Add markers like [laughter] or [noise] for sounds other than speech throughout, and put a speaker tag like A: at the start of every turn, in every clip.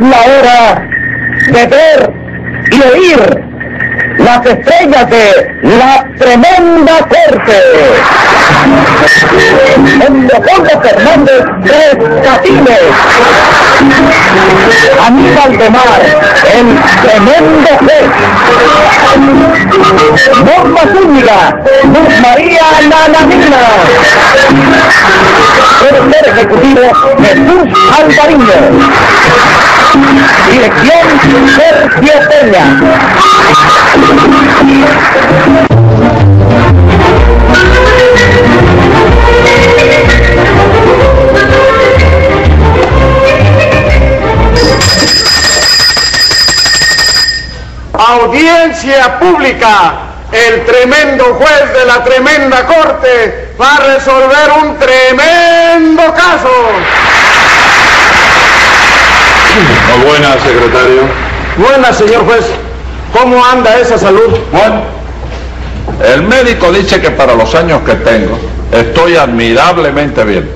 A: la hora de ver y oír las estrellas de la tremenda corte. En Leopoldo Fernández Tres Catines. Aníbal de Mar, el tremendo juez. Norma Zúñiga, Luz María Nananina. Productor ejecutivo Jesús Alvariño. Dirección Sergio Peña.
B: Audiencia pública. El tremendo juez de la tremenda corte va a resolver un tremendo caso.
C: No, buenas, secretario.
B: Buenas, señor juez. ¿Cómo anda esa salud?
C: Bueno, el médico dice que para los años que tengo estoy admirablemente bien.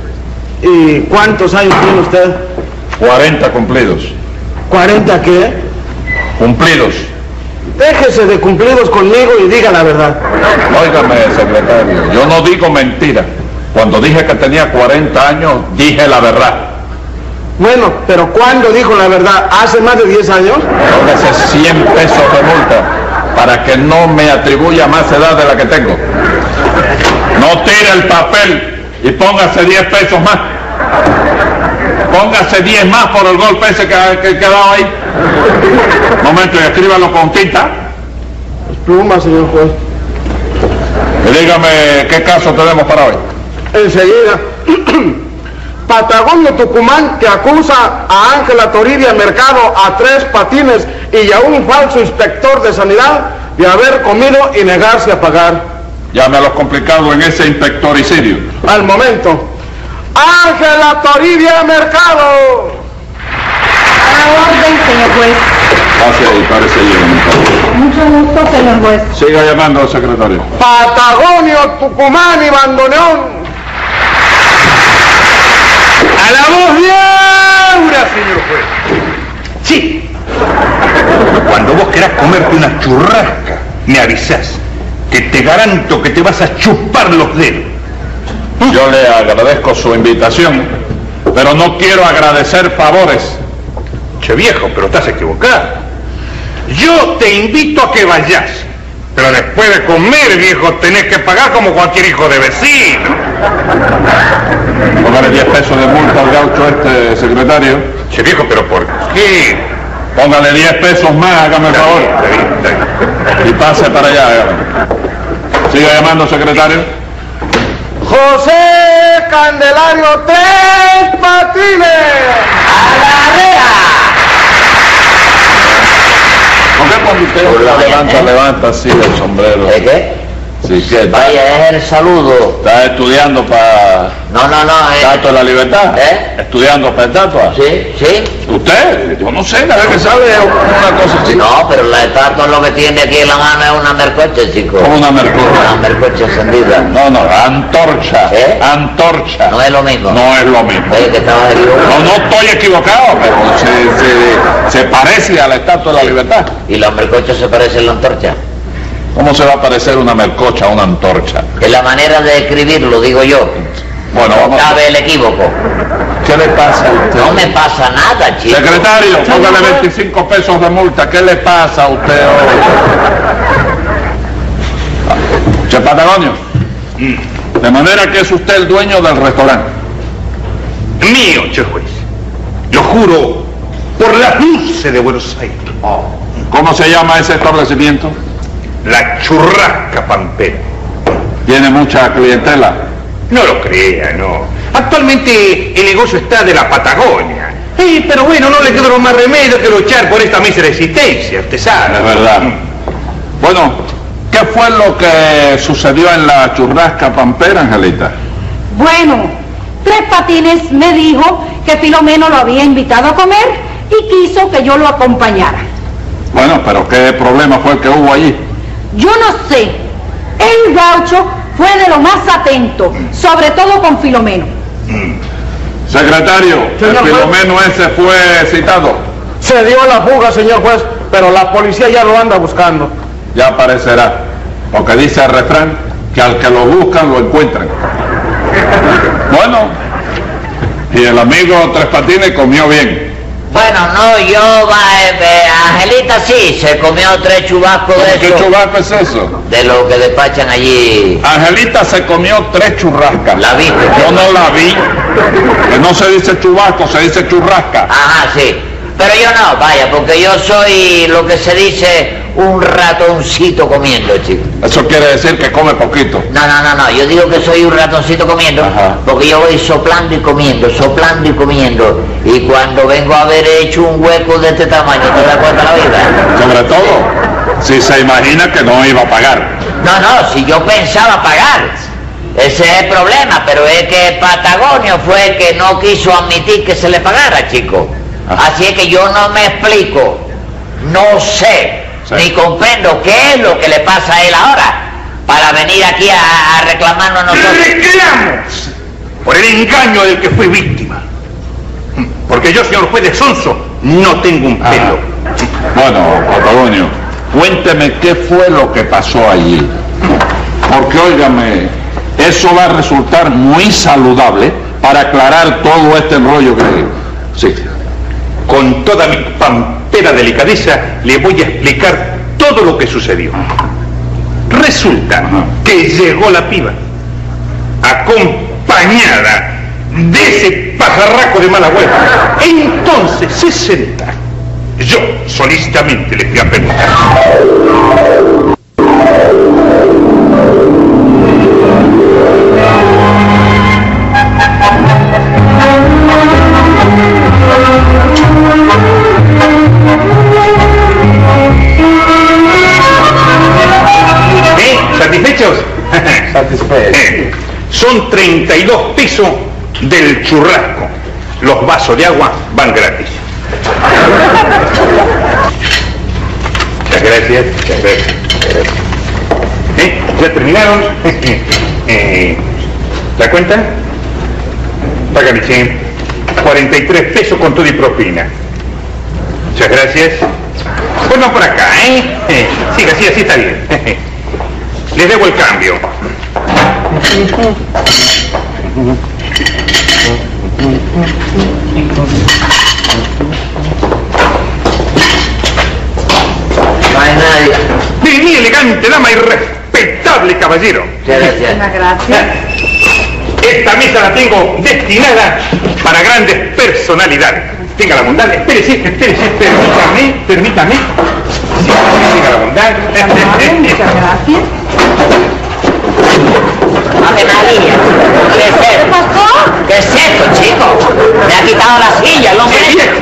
B: ¿Y cuántos años tiene usted?
C: 40 cumplidos.
B: ¿40 qué?
C: Cumplidos.
B: Déjese de cumplidos conmigo y diga la verdad.
C: Óigame, secretario, yo no digo mentira. Cuando dije que tenía 40 años, dije la verdad.
B: Bueno, pero ¿cuándo dijo la verdad? ¿Hace más de 10 años?
C: Póngase 100 pesos de multa para que no me atribuya más edad de la que tengo. No tire el papel y póngase 10 pesos más. Póngase 10 más por el golpe ese que ha que, que ha dado ahí. Momento, y escríbalo con tinta.
B: Pluma, señor juez.
C: Y dígame qué caso tenemos para hoy.
B: Enseguida. [clears throat] Patagonio Tucumán que acusa a Ángela Toribia Mercado a tres patines y a un falso inspector de sanidad de haber comido y negarse a pagar.
C: Llame a los complicados en ese inspectoricidio.
B: Al momento. Ángela Toribia Mercado.
D: A la orden, señor juez.
C: Pase ahí, parece yo.
D: Mucho gusto, señor juez.
C: Siga llamando al secretario.
B: Patagonio Tucumán y Bandoneón. A la voz de Aura, señor juez.
E: Sí. Cuando vos querás comerte una churrasca, me avisás. Que te garanto que te vas a chupar los dedos.
C: Yo le agradezco su invitación, pero no quiero agradecer favores.
E: Che viejo, pero estás equivocado. Yo te invito a que vayas. Pero después de comer, viejo, tenés que pagar como cualquier hijo de vecino.
C: Póngale 10 pesos de multa al gaucho este, secretario.
E: Che viejo, pero ¿por qué?
C: Póngale 10 pesos más, hágame el
E: Está bien, está
C: favor.
E: bien, está bien.
C: Y pase para allá, hágame. Siga llamando, secretario.
B: José Candelario Tres Patines.
C: ¿Por qué cuando usted
F: Hola,
C: levanta,
F: ¿eh?
C: levanta así el sombrero?
E: Eh,
F: ¿De qué?
C: Sí, que está,
F: Vaya, es el saludo.
C: está estudiando para
F: No, no, no, eh.
C: Estatua de la Libertad.
F: ¿Eh?
C: Estudiando para estatua.
F: Sí, sí.
C: ¿Usted? Yo no sé, la vez que sabe es una cosa así.
F: No, pero la estatua lo que tiene aquí en la mano es una mercoche, chico.
C: Como una
F: Una
C: mercuria.
F: mercoche encendida.
C: No, no, antorcha.
F: ¿Eh?
C: Antorcha.
F: No es lo mismo.
C: No es lo mismo.
F: Oye, que estabas
C: No,
F: equivocado.
C: no estoy equivocado, pero se, se- se parece a la Estatua de la Libertad.
F: Y los mercoches se parecen a la antorcha.
C: ¿Cómo se va a parecer una mercocha a una antorcha?
F: Es la manera de escribirlo, digo yo.
C: Bueno,
F: No
C: vamos.
F: cabe el equívoco.
C: ¿Qué le pasa a usted?
F: No me pasa nada, chico.
C: Secretario, póngale 25 pesos de multa. ¿Qué le pasa a usted hoy? Che Patagonio,
D: Mm.
C: de manera que es usted el dueño del restaurante.
E: Mío, che juez. Lo juro por las luces de Buenos Aires.
C: ¿Cómo se llama ese establecimiento?
E: La churrasca pampera.
C: Tiene mucha clientela.
E: No lo crea, no. Actualmente el negocio está de la Patagonia. Sí, pero bueno, no le quedó más remedio que luchar por esta mísera existencia, usted sabe.
C: Es verdad.
D: Mm.
C: Bueno, ¿qué fue lo que sucedió en la churrasca pampera, Angelita?
D: Bueno, Tres Patines me dijo que Filomeno lo había invitado a comer y quiso que yo lo acompañara.
C: Bueno, pero ¿qué problema fue el que hubo allí?
D: Yo no sé, el gaucho fue de lo más atento, sobre todo con Filomeno.
C: Secretario, el
D: Señor juez.
C: filomeno ese fue citado.
B: Se dio la fuga, señor juez, pero la policía ya lo anda buscando.
C: Ya aparecerá. Porque dice el refrán que al que lo buscan lo encuentran. Bueno, y el amigo Tres Patines comió bien.
F: Bueno, no, yo, va, eh, eh, Angelita sí, se comió tres chubascos de
C: ¿Qué
F: esos,
C: churrasco es eso?
F: de lo que despachan allí.
C: Angelita se comió tres churrascas.
F: ¿La viste?
C: Yo no la vi. Que no se dice chubasco, se dice churrasca.
F: Ajá, sí. Pero yo no, vaya, porque yo soy lo que se dice un ratoncito comiendo, chico.
C: Eso quiere decir que come poquito.
F: No, no, no, no, yo digo que soy un ratoncito comiendo,
C: Ajá.
F: porque yo voy soplando y comiendo, soplando y comiendo, y cuando vengo a haber hecho un hueco de este tamaño, ¿te das cuenta la vida?
C: Sobre todo, si se imagina que no iba a pagar.
F: No, no, si yo pensaba pagar, ese es el problema, pero es que Patagonio fue el que no quiso admitir que se le pagara, chico.
C: Ajá.
F: Así es que yo no me explico, no sé,
C: Sí.
F: ni comprendo qué es lo que le pasa a él ahora, para venir aquí a, a reclamarnos a nosotros.
E: reclamos por el engaño del que fui víctima. Porque yo, señor juez de Sonso, no tengo un
C: Ah.
E: pelo.
C: Bueno, Patagonio, cuénteme qué fue lo que pasó allí. Porque, óigame, eso va a resultar muy saludable para aclarar todo este rollo que... Sí.
E: Con toda mi pampera delicadeza le voy a explicar todo lo que sucedió. Resulta que llegó la piba, acompañada de ese pajarraco de mala hueva. Entonces se senta. Yo solícitamente le fui a preguntar. ¿Eh? [laughs] ¿Satisfechos? Eh, Son 32 pesos del churrasco. Los vasos de agua van gratis. Muchas gracias, muchas gracias. ¿Eh? ¿Ya [laughs] terminaron? Eh, ¿La cuenta? Págame 100. 43 pesos con todo y propina. Muchas gracias. Bueno, por acá, ¿eh? [laughs] Eh, Siga, así, así está bien. [laughs] Les debo el cambio.
F: No hay nadie.
E: De mi elegante dama y respetable caballero.
F: Muchas gracias.
D: Muchísimas gracias.
E: Esta mesa la tengo destinada para grandes personalidades. Tenga la bondad, espérese, espérese, permítame, permítame. Sí, sí, tenga la bondad.
D: Amable, Muchas gracias.
F: Ave María, ¿qué es
D: ¿Qué
F: esto?
D: pasó?
F: ¿Qué es esto, chico? Me ha quitado la silla, el hombre.
E: Eh, viejo,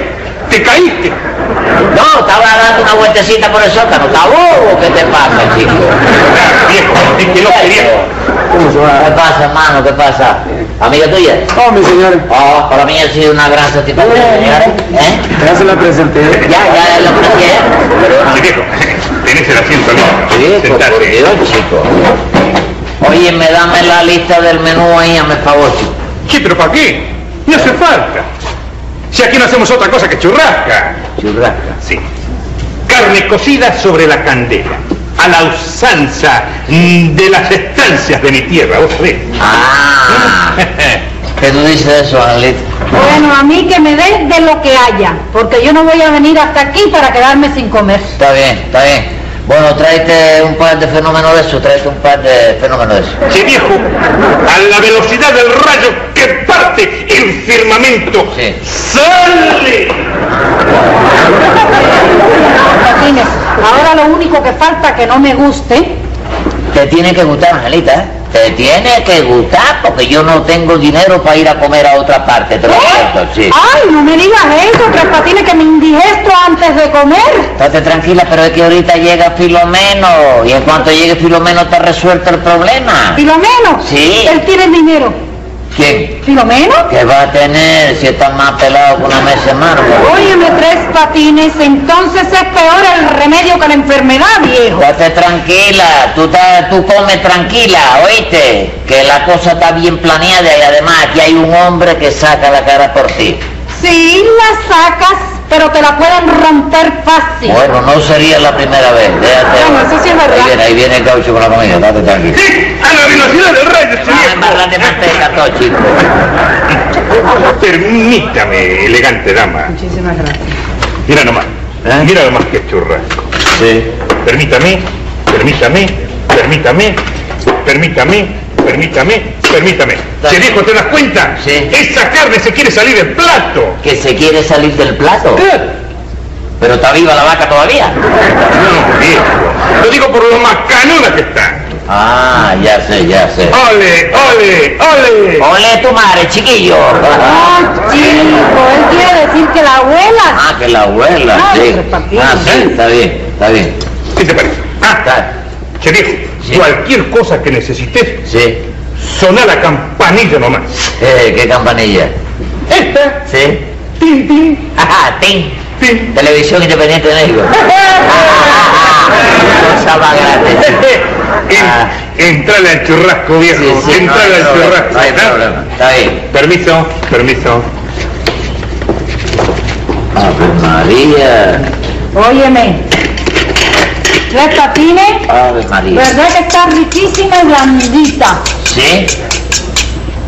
E: te caíste.
F: No, estaba dando una vueltecita por el sótano. ¿Está bobo? ¿Qué te pasa, chico?
E: Ah, viejo, es que no quería.
B: ¿Cómo se
F: ¿Qué
B: va?
F: pasa, hermano? ¿Qué pasa? ¿Amiga tuya?
B: Oh, mi señor,
F: Oh, para mí ha sido una gran satisfacción, señora. ¿Eh?
B: ya se la presenté.
F: Ya, ya lo aprecié.
E: Sí,
F: Perdóname.
E: viejo, tenés el asiento listo.
F: Viejo, por
E: Sentate.
F: Dios, chico. Oye, me dame la lista del menú ahí, a mi favor, chico.
E: Sí, pero ¿para qué? No hace falta. Si aquí no hacemos otra cosa que churrasca.
F: Churrasca.
E: Sí. Carne cocida sobre la candela, a la usanza mm, de las estancias de mi tierra, ¿vos sabés?
F: Ah, ¿qué tú dices de eso, Angelita?
D: Bueno, a mí que me des de lo que haya, porque yo no voy a venir hasta aquí para quedarme sin comer.
F: Está bien, está bien. Bueno, tráete un par de fenómenos de eso, tráete un par de fenómenos de eso.
E: Che viejo, a la velocidad del rayo que parte el firmamento,
F: Sí.
E: sale.
D: Patines, ahora lo único que falta que no me guste,
F: Te tiene que gustar, Angelita, ¿eh? Te tiene que gustar porque yo no tengo dinero para ir a comer a otra parte, te lo advierto, sí.
D: Ay, no me digas eso, Tres Patines, que me indigesto antes de comer.
F: Estate tranquila, pero es que ahorita llega Filomeno y en cuanto llegue Filomeno está resuelto el problema.
D: Filomeno.
F: Sí.
D: Él tiene el dinero.
F: ¿Quién?
D: ¿Filomeno?
F: ¿Qué va a tener si está más pelado que una mesa de mármol?
D: Óyeme, Tres Patines, entonces es peor el remedio que la enfermedad, viejo.
F: Estate tranquila, tú, ta- tú comes tranquila, oíste, que la cosa está bien planeada y además aquí hay un hombre que saca la cara por ti.
D: Si la sacas, pero te la pueden romper fácil.
F: Bueno, no sería la primera vez. Déjate.
D: Bueno, eso sí es verdad.
F: Ahí viene, ahí viene el caucho con la comida, date tranquilo.
E: ¡Sí! ¡A la velocidad del rayo,
F: No me
E: señor!
F: embarras de manteca todo, chico.
E: Permítame, elegante dama.
D: Muchísimas gracias.
E: Mira nomás.
F: ¿Eh?
E: Mira nomás qué churrasco.
F: Sí.
E: Permítame, permítame, permítame, permítame, permítame, permítame.
F: Dale.
E: Si viejo te das cuenta,
F: Sí.
E: esa carne se quiere salir del plato.
F: Que se quiere salir del plato. Pero está viva la vaca todavía.
E: No, viejo. Lo digo por lo macanuda que está.
F: Ah, ya sé, ya sé.
D: Ah.
E: ¡Ole, ole, ole!
F: Ole tu madre, chiquillo.
D: No, chico, él quiere decir que la abuela.
F: Ah, que la abuela,
D: No,
F: sí.
D: los patines.
F: Ah, sí, está bien, está bien.
E: ¿Qué te parece? Ah,
F: Está-
E: che viejo,
F: Sí.
E: cualquier cosa que necesites,
F: Sí.
E: soná la campanilla nomás.
F: Eh, ¿Qué campanilla?
E: Esta,
F: Sí.
E: tin, tin,
F: Ajá, tin.
E: tin.
F: Televisión Independiente de México. Cosa más
E: [laughs]
F: grande. Ah.
E: En- Entrale al churrasco, viejo.
F: Sí, sí, no hay
E: Entrale al
F: problema,
E: churrasco.
F: no hay
E: ¿verdad?
F: problema. Está bien.
E: Permiso, permiso.
F: Ave María.
D: Óyeme, tres patines,
F: Ave María.
D: verdad que está riquísima y blandita.
F: ¿Sí?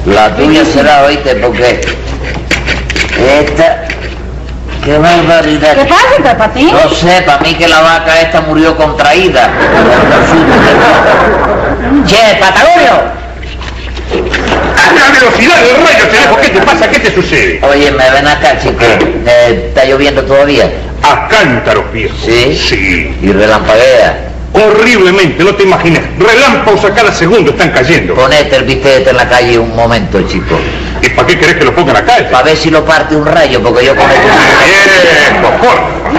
F: La tuya será, oíste, porque esta... ¡Qué barbaridad!
D: ¿Qué pasa, tres patines?
F: No sé, para mí que la vaca esta murió contraída. che, Patagonio.
E: ¡A la velocidad del rayo, te dejo! ¿Qué te pasa? ¿Qué te sucede?
F: Oye, me ven acá, chico. Eh, ¿Está lloviendo todavía?
E: A cántaros, viejo.
F: ¿Sí?
E: Sí.
F: Y relampaguea.
E: Horriblemente, no te imaginas. Relámpagos a cada segundo están cayendo.
F: Ponete el bistete en la calle un momento, chico.
E: ¿Y para qué querés que los pongan acá?
F: Para ver si lo parte un rayo, porque yo con esto-
E: Viejo, por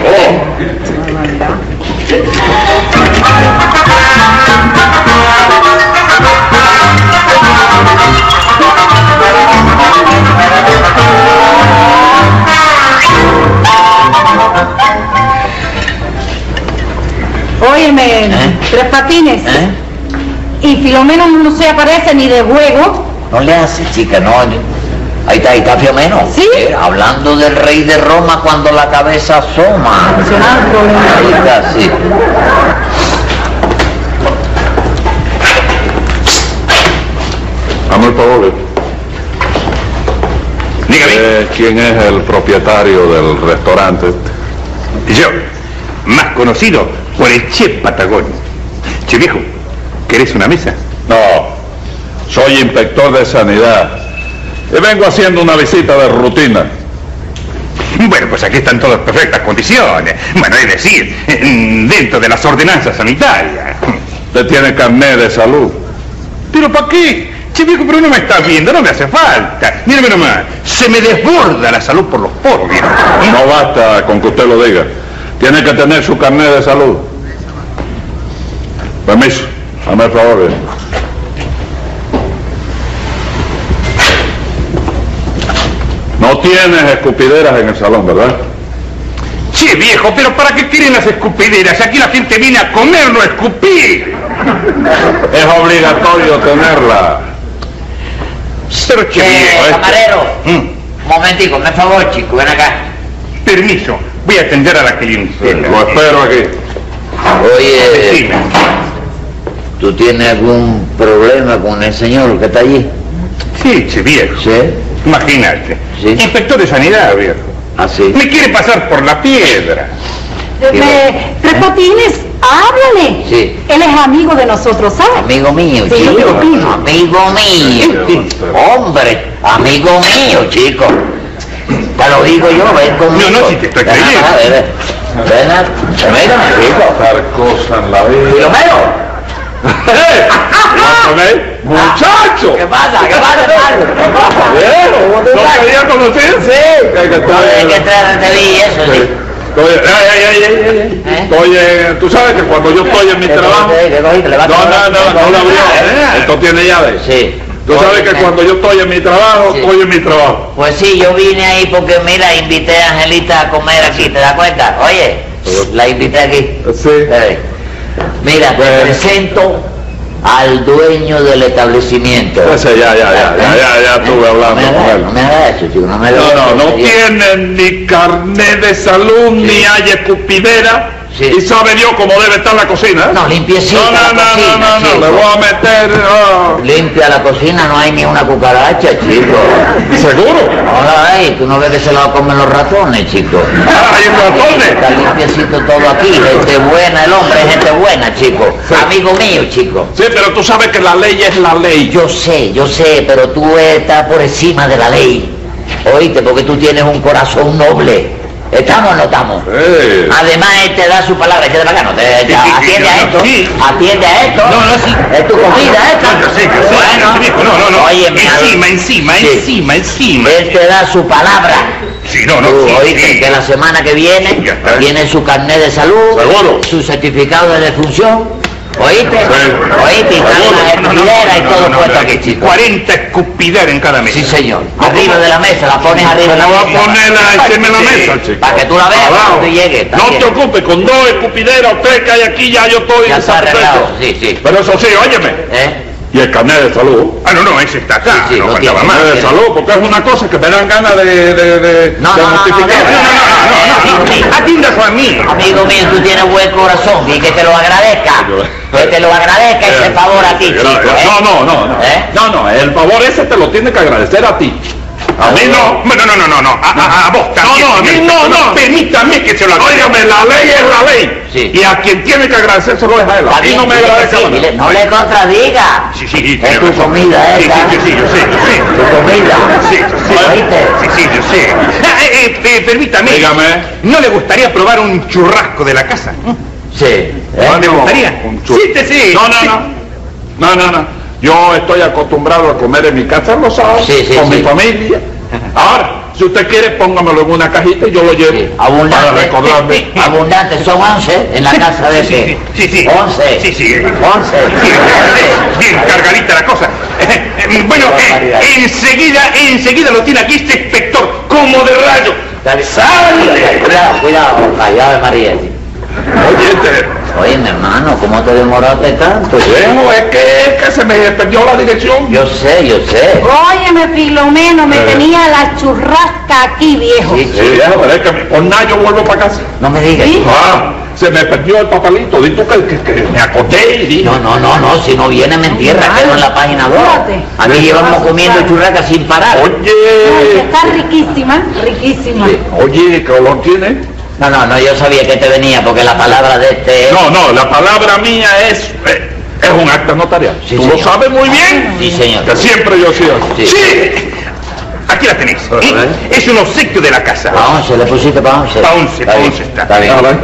E: favor.
D: Óyeme,
F: ¿Eh?
D: tres patines.
F: ¿Eh?
D: Y Filomeno no se aparece ni de juego.
F: No le hace, chica, no. Ahí está, ahí está Fiomeno.
D: ¿Sí?
F: Eh, hablando del rey de Roma cuando la cabeza asoma. Ahí está, sí.
C: Dame el favor.
E: Dígame.
C: Eh, ¿Quién es el propietario del restaurante?
E: Yo, más conocido por el Che Patagonio. Che viejo, ¿querés una mesa?
C: No, soy inspector de sanidad y vengo haciendo una visita de rutina.
E: [laughs] Bueno, pues aquí están todas perfectas condiciones. Bueno, es decir, eh, dentro de las ordenanzas sanitarias. [laughs]
C: Usted tiene carnet de salud.
E: Pero ¿para qué? Che viejo, pero no me estás viendo, no me hace falta. Mírame nomás, se me desborda la salud por los poros, viejo.
C: No basta con que usted lo diga. Tiene que tener su carnet de salud. Permiso, dame el favor. eh. No tienes escupideras en el salón, ¿verdad?
E: Che viejo, pero ¿para qué quieren las escupideras? Aquí la gente viene a comer, no a escupir.
C: Es obligatorio tenerla.
E: Pero che
F: Eh,
E: viejo, esto-
F: camarero.
E: Mm.
F: Momentico, me favor, chico, ven acá.
E: Permiso, voy a atender a la clientela.
C: Lo espero aquí.
F: Oye,
E: Decime.
F: ¿tú tienes algún problema con el señor que está allí?
E: Sí, che viejo.
F: Sí.
E: Imagínate.
F: Sí.
E: Inspector de sanidad, viejo.
F: Así.
E: Me quiere pasar por la piedra.
D: Me- tres patines, háblale.
F: ¿eh? Sí.
D: Él es amigo de nosotros, ¿sabes?
F: Amigo mío,
D: Sí,
F: chico.
D: amigo tuyo.
F: Amigo mío.
C: Sí, sí.
F: Hombre, amigo mío, chico. Te lo digo yo, ven conmigo.
E: No, no, si te estoy
F: Ven acá,
E: creyendo.
F: ven, Ven, a- Mira, chico.
C: Tal cosa en la vida.
F: Filomeno.
C: [laughs] ¡Eh! ¿No con él? ¡Muchacho!
F: ¿Qué pasa? ¿Qué pasa, hermano?
C: ¡Viejo! ¿No quería conocerse? Que- que está-
F: Hay que traer de mí eso,
C: Sí.
F: sí.
C: Estoy, ay, ay, ay, ay, ay, ay.
F: ¿Eh?
C: Estoy, eh, tú sabes que cuando yo estoy en mi
F: ¿Qué
C: trabajo...
F: cogiste? ¿Qué cogiste? ¿Le
C: No,
F: vas a
C: no,
F: cobrar?
C: no, no lo abrió. Esto tiene llave.
F: Ah, Sí. eh.
C: Tú sabes que cuando yo estoy en mi trabajo,
F: Sí.
C: estoy en mi trabajo.
F: Pues sí, yo vine ahí porque, mira, invité a Angelita a comer aquí, ¿te das cuenta? Oye, la invité aquí.
C: Sí.
F: Eh, Mira, te
C: Bueno.
F: presento al dueño del establecimiento.
C: Ese ya, ya, ya, ya, ya, ya estuve hablando
F: no me
C: con
F: haga-
C: él.
F: No me haga eso, chico, no me lo
C: No, no, no
F: yo-
C: tienen ni carnet de salud, ni hay escupidera.
F: Sí.
C: Y sabe Dios cómo debe estar la cocina. ¿eh?
F: No, limpiecita
C: No, no,
F: la
C: no,
F: cocina,
C: no, no, no,
F: chico.
C: le voy a meter. ah,
F: Limpia la cocina, no hay ni una cucaracha, chico.
C: ¿Seguro?
F: No la hay, tú no ves que se la comen los ratones, chico.
C: Ah, hay
F: Está
C: ratones.
F: limpiecito todo aquí, gente buena, el hombre es gente buena, chico. Amigo mío, chico.
C: Sí, pero tú sabes que la ley es la ley.
F: Yo sé, yo sé, pero tú estás por encima de la ley. Oíste, porque tú tienes un corazón noble. ¿Estamos o no estamos?
C: Eh,
F: Además, él te da su palabra, échate para acá, no te- te- atiende a esto,
E: Sí.
F: atiende a esto,
E: No, no, sí.
F: es tu comida esta.
E: No, yo sé, yo sé.
F: Bueno,
E: No, no, no.
F: Oye, mi
E: encima,
F: amigo,
E: encima,
F: Sí.
E: encima, encima.
F: él te da su palabra.
E: Sí, no, no,
F: Tú
E: sí,
F: oíste
E: sí.
F: que la semana que viene
E: Ya está.
F: tiene su carnet de salud,
C: Seguro.
F: su certificado de defunción, oíste,
C: Sí.
F: oíste, y
E: No,
F: está
E: no, no,
F: la
E: no,
F: escudera y
E: no,
F: todo
E: no, no,
F: puesto
E: no,
F: aquí, chico.
E: 40 escupideras en cada mesa.
F: Sí, señor. Arriba de la mesa, la pones arriba de la
C: voy a
F: mesa.
C: ponerla encima de la mesa, chico.
F: Para que tú la veas
C: Abajo.
F: cuando tú llegues. está
C: No
F: bien.
C: te ocupes, con dos escupideras o tres que hay aquí ya yo estoy
F: Ya está
C: satisfecho.
F: arreglado, sí, sí.
C: Pero eso sí, óyeme.
F: ¿Eh?
C: Y el carnet de salud.
E: Ah, no, no, ese está acá.
F: Sí, sí,
E: no
F: lo
E: faltaba
F: tiene.
E: más.
C: Carnet de salud, porque es una cosa que me dan ganas de, de, de,
F: No,
C: de
F: no, no, no,
C: notificar.
F: no, no, no.
E: No, no, no, no. Atiendas a mí.
F: Amigo mío, tú tienes buen corazón y que te lo agradezca.
C: Yo-
F: Que te lo agradezca ese favor a ti, chico. ¿eh?
C: No, no, no, no.
F: ¿Eh?
C: No, no, el favor ese te lo tiene que agradecer a ti.
E: A mí Eh, no. Bueno, no, no, no, no. A, a, a vos también.
C: no, a mí no, no.
E: Permítame que se lo agradezca.
C: Óigame, la ley es la ley.
F: Sí.
C: Y a quien tiene que agradecérselo es a él.
F: Está
C: A mí
F: bien,
C: no me
F: dile que
C: agradece
F: sí,
C: a mí.
F: dile- No le contradiga.
E: Sí, sí, sí.
F: Es
E: tiene
F: tu
E: razón.
F: comida
E: Sí,
F: esa.
E: sí, sí, sí, yo sé, yo sé.
F: Tu comida.
E: Sí, yo sé.
F: ¿Oíste?
E: Sí, sí, yo sé. Ah, eh, eh, eh, permítame.
C: Dígame.
E: ¿No le gustaría probar un churrasco de la casa?
F: Sí. ¿eh?
E: ¿Le gustaría?
C: un churro.
E: Sí, te- sí.
C: No, no,
E: sí.
C: no. No, no, no. Yo estoy acostumbrado a comer en mi casa los sábados
F: Sí, sí,
C: con
F: sí.
C: mi familia. Ahora, si usted quiere, póngamelo en una cajita y yo lo llevo
F: Sí,
C: para
F: abundante.
C: recordarme.
F: [laughs] Abundante, son 11 en la casa de ese.
E: Sí, sí.
F: 11.
E: Sí, sí. eh.
F: 11.
E: Bien, bien cargadita la cosa. [laughs] Eh, eh, Bueno, eh, enseguida, enseguida lo tiene aquí este inspector, como de rayo.
F: ¡Sale! Cuidado, cuidado, callado de María.
C: Oye, este,
F: Oye, mi hermano, ¿cómo te demoraste tanto? eh?
E: ¿Eh?
C: bueno, es que, es que se me perdió la dirección.
F: Yo sé, yo sé.
D: Óyeme, Filomeno, me
C: Eh.
D: tenía la churrasca aquí,
E: Oh.
D: viejo.
F: Sí,
C: Sí, ya, pero es que por nada yo vuelvo para casa.
F: No me digas.
D: Sí.
C: Ah, se me perdió el papelito. Di tú que, que- que me acoté y di.
F: No, no, no, no, si no viene me entierra, quedo en la página web.
D: Fíjate.
F: Aquí llevamos comiendo churrasca sin parar.
D: Ay,
C: Oye,
D: Está riquísima, riquísima.
F: Sí.
C: oye, ¿qué olor tiene?
F: No, no, no, yo sabía que te venía porque la palabra de este es...
C: No, no, la palabra mía es, eh, es un acta notarial.
F: Sí,
C: Tú
F: señor. Ah.
C: lo sabes muy bien.
F: Sí, señor.
C: Que siempre yo he sido así.
F: Sí.
E: Sí. Aquí la tenéis. ¿eh? Ah.
F: ¿Eh?
E: Es un obsequio de la casa.
F: Pa' 11, le pusiste pa' 11.
E: Pa' 11,
F: Está
E: pa'
F: bien,
E: 11 está.
F: Está bien.
C: Ah, vale.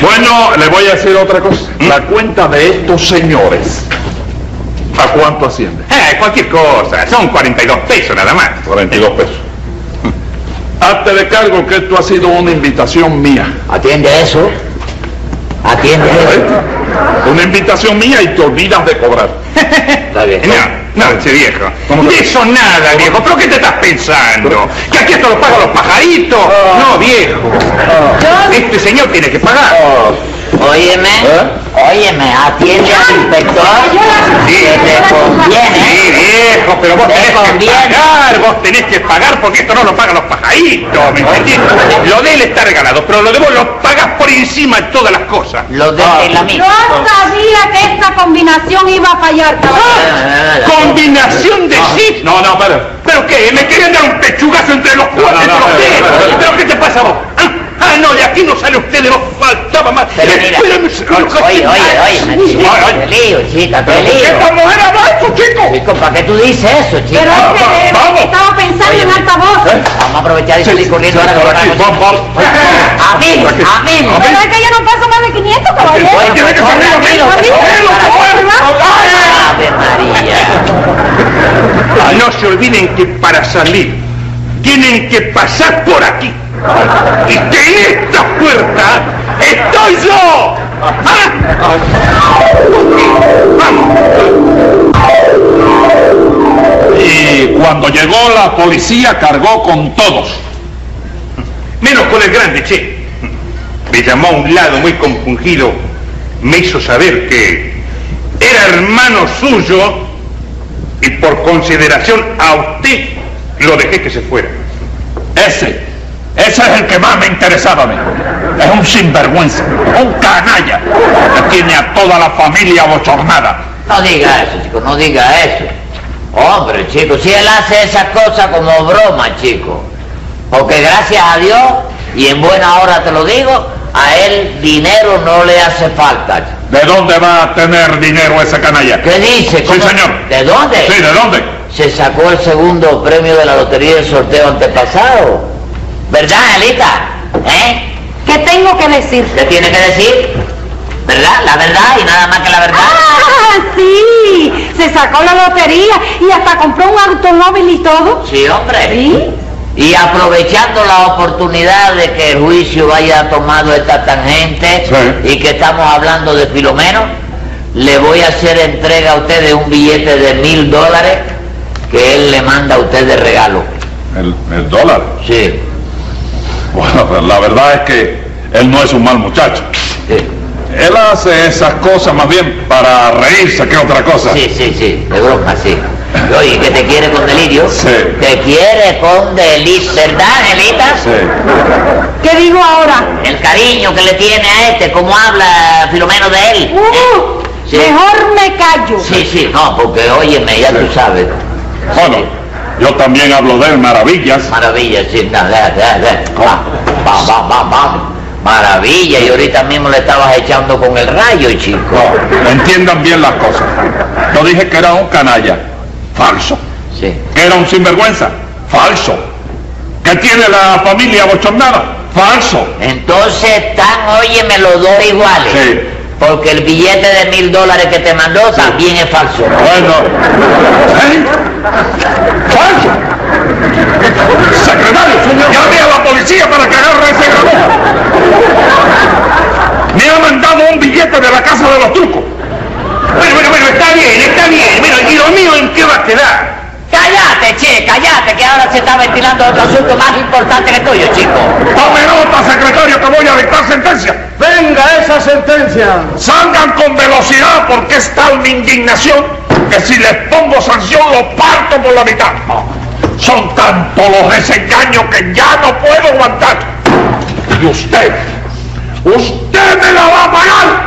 C: Bueno, le voy a decir otra cosa.
E: ¿Mm?
C: La cuenta de estos señores, ¿a cuánto asciende?
E: Ah, cualquier cosa. Son 42 pesos nada más. Eh.
C: 42 pesos. Hazte de cargo que esto ha sido una invitación mía.
F: Atiende eso. Atiende eso.
C: ¿eh? Una invitación mía y te olvidas de cobrar.
F: Está bien.
E: No, no, che viejo.
C: ¿Cómo
E: De
C: que-
E: eso nada, viejo. ¿Pero qué te estás pensando? ¿Que aquí esto lo pagan los pajaritos?
C: Ah.
E: No, viejo. Este señor tiene que pagar.
F: Óyeme, óyeme, atiende al inspector
E: Sí.
F: que te
E: Sí,
F: conviene.
E: viejo, pero vos
F: Te
E: tenés que
F: conviene.
E: pagar, vos tenés que pagar porque esto no lo pagan los pajaritos, ¿me entendés? Lo de él está regalado, pero lo de vos lo pagás por encima de todas las cosas.
F: Lo de Eh, la
D: Yo
F: misma.
D: sabía que esta combinación iba a fallar,
F: eh,
D: caballero.
E: Combinación de sí.
C: No, no, pero.
E: ¿Pero qué? ¿Me quieren dar un pechugazo entre los cuatro?
C: no,
E: entre
C: no,
E: los
C: no,
E: tres?
C: no, no, no.
E: ¿Pero qué te pasa a vos? Ah, ah, no, de aquí no sale usted, de vos faltaba más.
F: Pero mira,
E: Espérame, señor,
F: oye, oye, oye,
E: Ay,
F: oye, qué
E: ay,
F: lío, chica, qué
C: ¿Pero por qué
F: lío.
C: esta mujer habla eso, chico?
F: Chico, ¿para qué tú dices eso, chico?
D: Pero es que
C: va-
D: eh,
C: vamos.
D: estaba pensando en alta voz.
F: Vamos a aprovechar y salir corriendo ahora
C: Por
F: que
C: aquí,
F: lo
C: vamos, vamos.
F: A mí, a mí.
D: Pero es que yo no paso más de 500, caballero.
F: Bueno,
C: tiene que salir
F: corre,
C: aquí,
F: amigo,
D: amigo,
F: corre,
D: amigo,
F: corre.
C: ¡Ay!
F: Ave María.
E: Ah, No se olviden que para salir tienen que pasar por aquí. Y que en esta puerta estoy yo. ¿Ah?
C: Y cuando llegó la policía cargó con todos.
E: Menos con el grande, che. Me llamó a un lado muy compungido. Me hizo saber que era hermano suyo y por consideración a usted lo dejé que se fuera.
C: Ese, ese es el que más me interesaba a mí. Es un sinvergüenza, un canalla, que tiene a toda la familia bochornada.
F: No diga eso, chico, no diga eso. Hombre, chico, si él hace esas cosas como broma, chico. Porque gracias a Dios, y en buena hora te lo digo, a él dinero no le hace falta. chico.
C: ¿De dónde va a tener dinero ese canalla?
F: ¿Qué dice?
C: Sí,
F: ¿Cómo-
C: señor.
F: ¿De dónde?
C: Sí, ¿de dónde?
F: Se sacó el segundo premio de la lotería del sorteo antepasado. ¿Verdad, Angelita? ¿Eh?
D: ¿Qué tengo que decir?
F: ¿Qué tiene que decir? ¿Verdad? La verdad y nada más que la verdad.
D: ¡Ah, sí! Se sacó la lotería y hasta compró un automóvil y todo.
F: Sí, hombre.
D: ¿Sí?
F: Y aprovechando la oportunidad de que el juicio haya tomado esta tangente
C: Sí.
F: y que estamos hablando de Filomeno, le voy a hacer entrega a usted de un billete de mil dólares que él le manda a usted de regalo.
C: El, el dólar. [laughs]
F: Sí,
C: Bueno, pues la verdad es que él no es un mal muchacho.
F: sí,
C: Él hace esas cosas más bien para reírse que otra cosa.
F: sí, sí, sí, de broma, sí. Oye, que te quiere con delirio.
C: Sí.
F: Te quiere con delirio, ¿verdad, Angelita?
C: Sí.
D: ¿Qué digo ahora?
F: El cariño que le tiene a este, cómo habla Filomeno de él.
D: Uh,
F: Sí.
D: Mejor me callo.
F: Sí, sí, no, porque óyeme, ya tú sabes.
C: Bueno, yo también hablo de él maravillas.
F: Maravilla, sí, no, da, da, da. Va, va, va, va, va. Maravilla, y ahorita mismo le estabas echando con el rayo, chico.
C: No, entiendan bien las cosas. Yo dije que era un canalla. Falso.
F: Sí.
C: Que era un sinvergüenza. Falso. Que tiene la familia bochornada. Falso.
F: Entonces están, óyeme, los dos iguales.
C: Sí.
F: Porque el billete de mil dólares que te mandó también es falso.
C: Bueno. ¿Eh? ¡Falso! Secretario, llame a la policía para que agarre a ese granuja. Me ha mandado un billete de la casa de los trucos.
E: Bueno, bueno, bueno, está bien, está bien. Bueno, ¿y lo mío en qué va a quedar?
F: Cállate, che, cállate, que ahora se está ventilando otro asunto más importante que el tuyo, chico.
C: Tome nota, secretario, que voy a dictar sentencia.
B: Venga esa sentencia.
C: Salgan con velocidad porque es tal mi indignación que si les pongo sanción lo parto por la mitad. Son tantos los desengaños que ya no puedo aguantar. Y usted, usted me la va a pagar.